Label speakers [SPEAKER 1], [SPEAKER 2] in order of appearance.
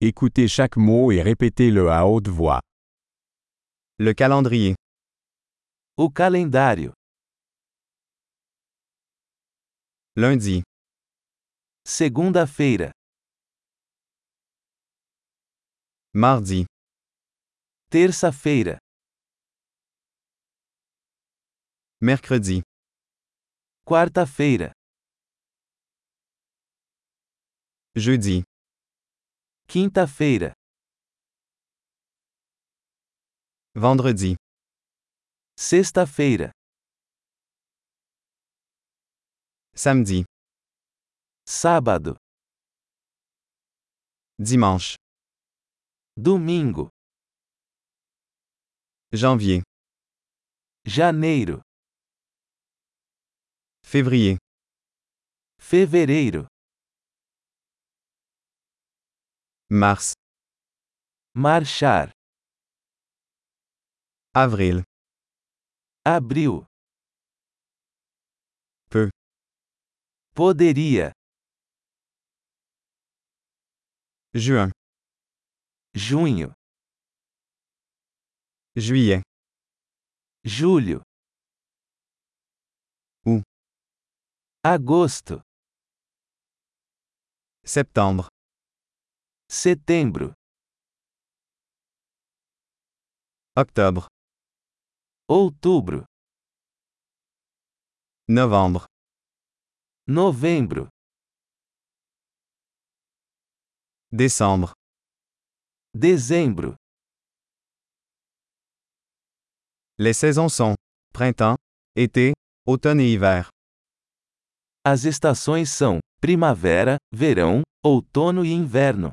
[SPEAKER 1] Écoutez chaque mot et répétez-le à haute voix.
[SPEAKER 2] Le calendrier.
[SPEAKER 3] O calendário.
[SPEAKER 2] Lundi,
[SPEAKER 3] Segunda-feira,
[SPEAKER 2] mardi,
[SPEAKER 3] terça-feira,
[SPEAKER 2] mercredi,
[SPEAKER 3] quarta-feira,
[SPEAKER 2] jeudi,
[SPEAKER 3] quinta-feira,
[SPEAKER 2] vendredi,
[SPEAKER 3] sexta-feira,
[SPEAKER 2] samedi,
[SPEAKER 3] sábado,
[SPEAKER 2] dimanche,
[SPEAKER 3] domingo,
[SPEAKER 2] janvier,
[SPEAKER 3] janeiro,
[SPEAKER 2] février,
[SPEAKER 3] fevereiro,
[SPEAKER 2] mars,
[SPEAKER 3] marchar,
[SPEAKER 2] avril,
[SPEAKER 3] abril.
[SPEAKER 2] Peu.
[SPEAKER 3] Poderia,
[SPEAKER 2] juin,
[SPEAKER 3] junho,
[SPEAKER 2] juillet,
[SPEAKER 3] julho.
[SPEAKER 2] O.
[SPEAKER 3] Agosto,
[SPEAKER 2] septembre,
[SPEAKER 3] setembro,
[SPEAKER 2] octobre,
[SPEAKER 3] outubro,
[SPEAKER 2] novembre,
[SPEAKER 3] novembro,
[SPEAKER 2] décembre,
[SPEAKER 3] dezembro.
[SPEAKER 2] les saisons sont printemps, été, automne et hiver.
[SPEAKER 3] As estações são primavera, verão, outono e inverno.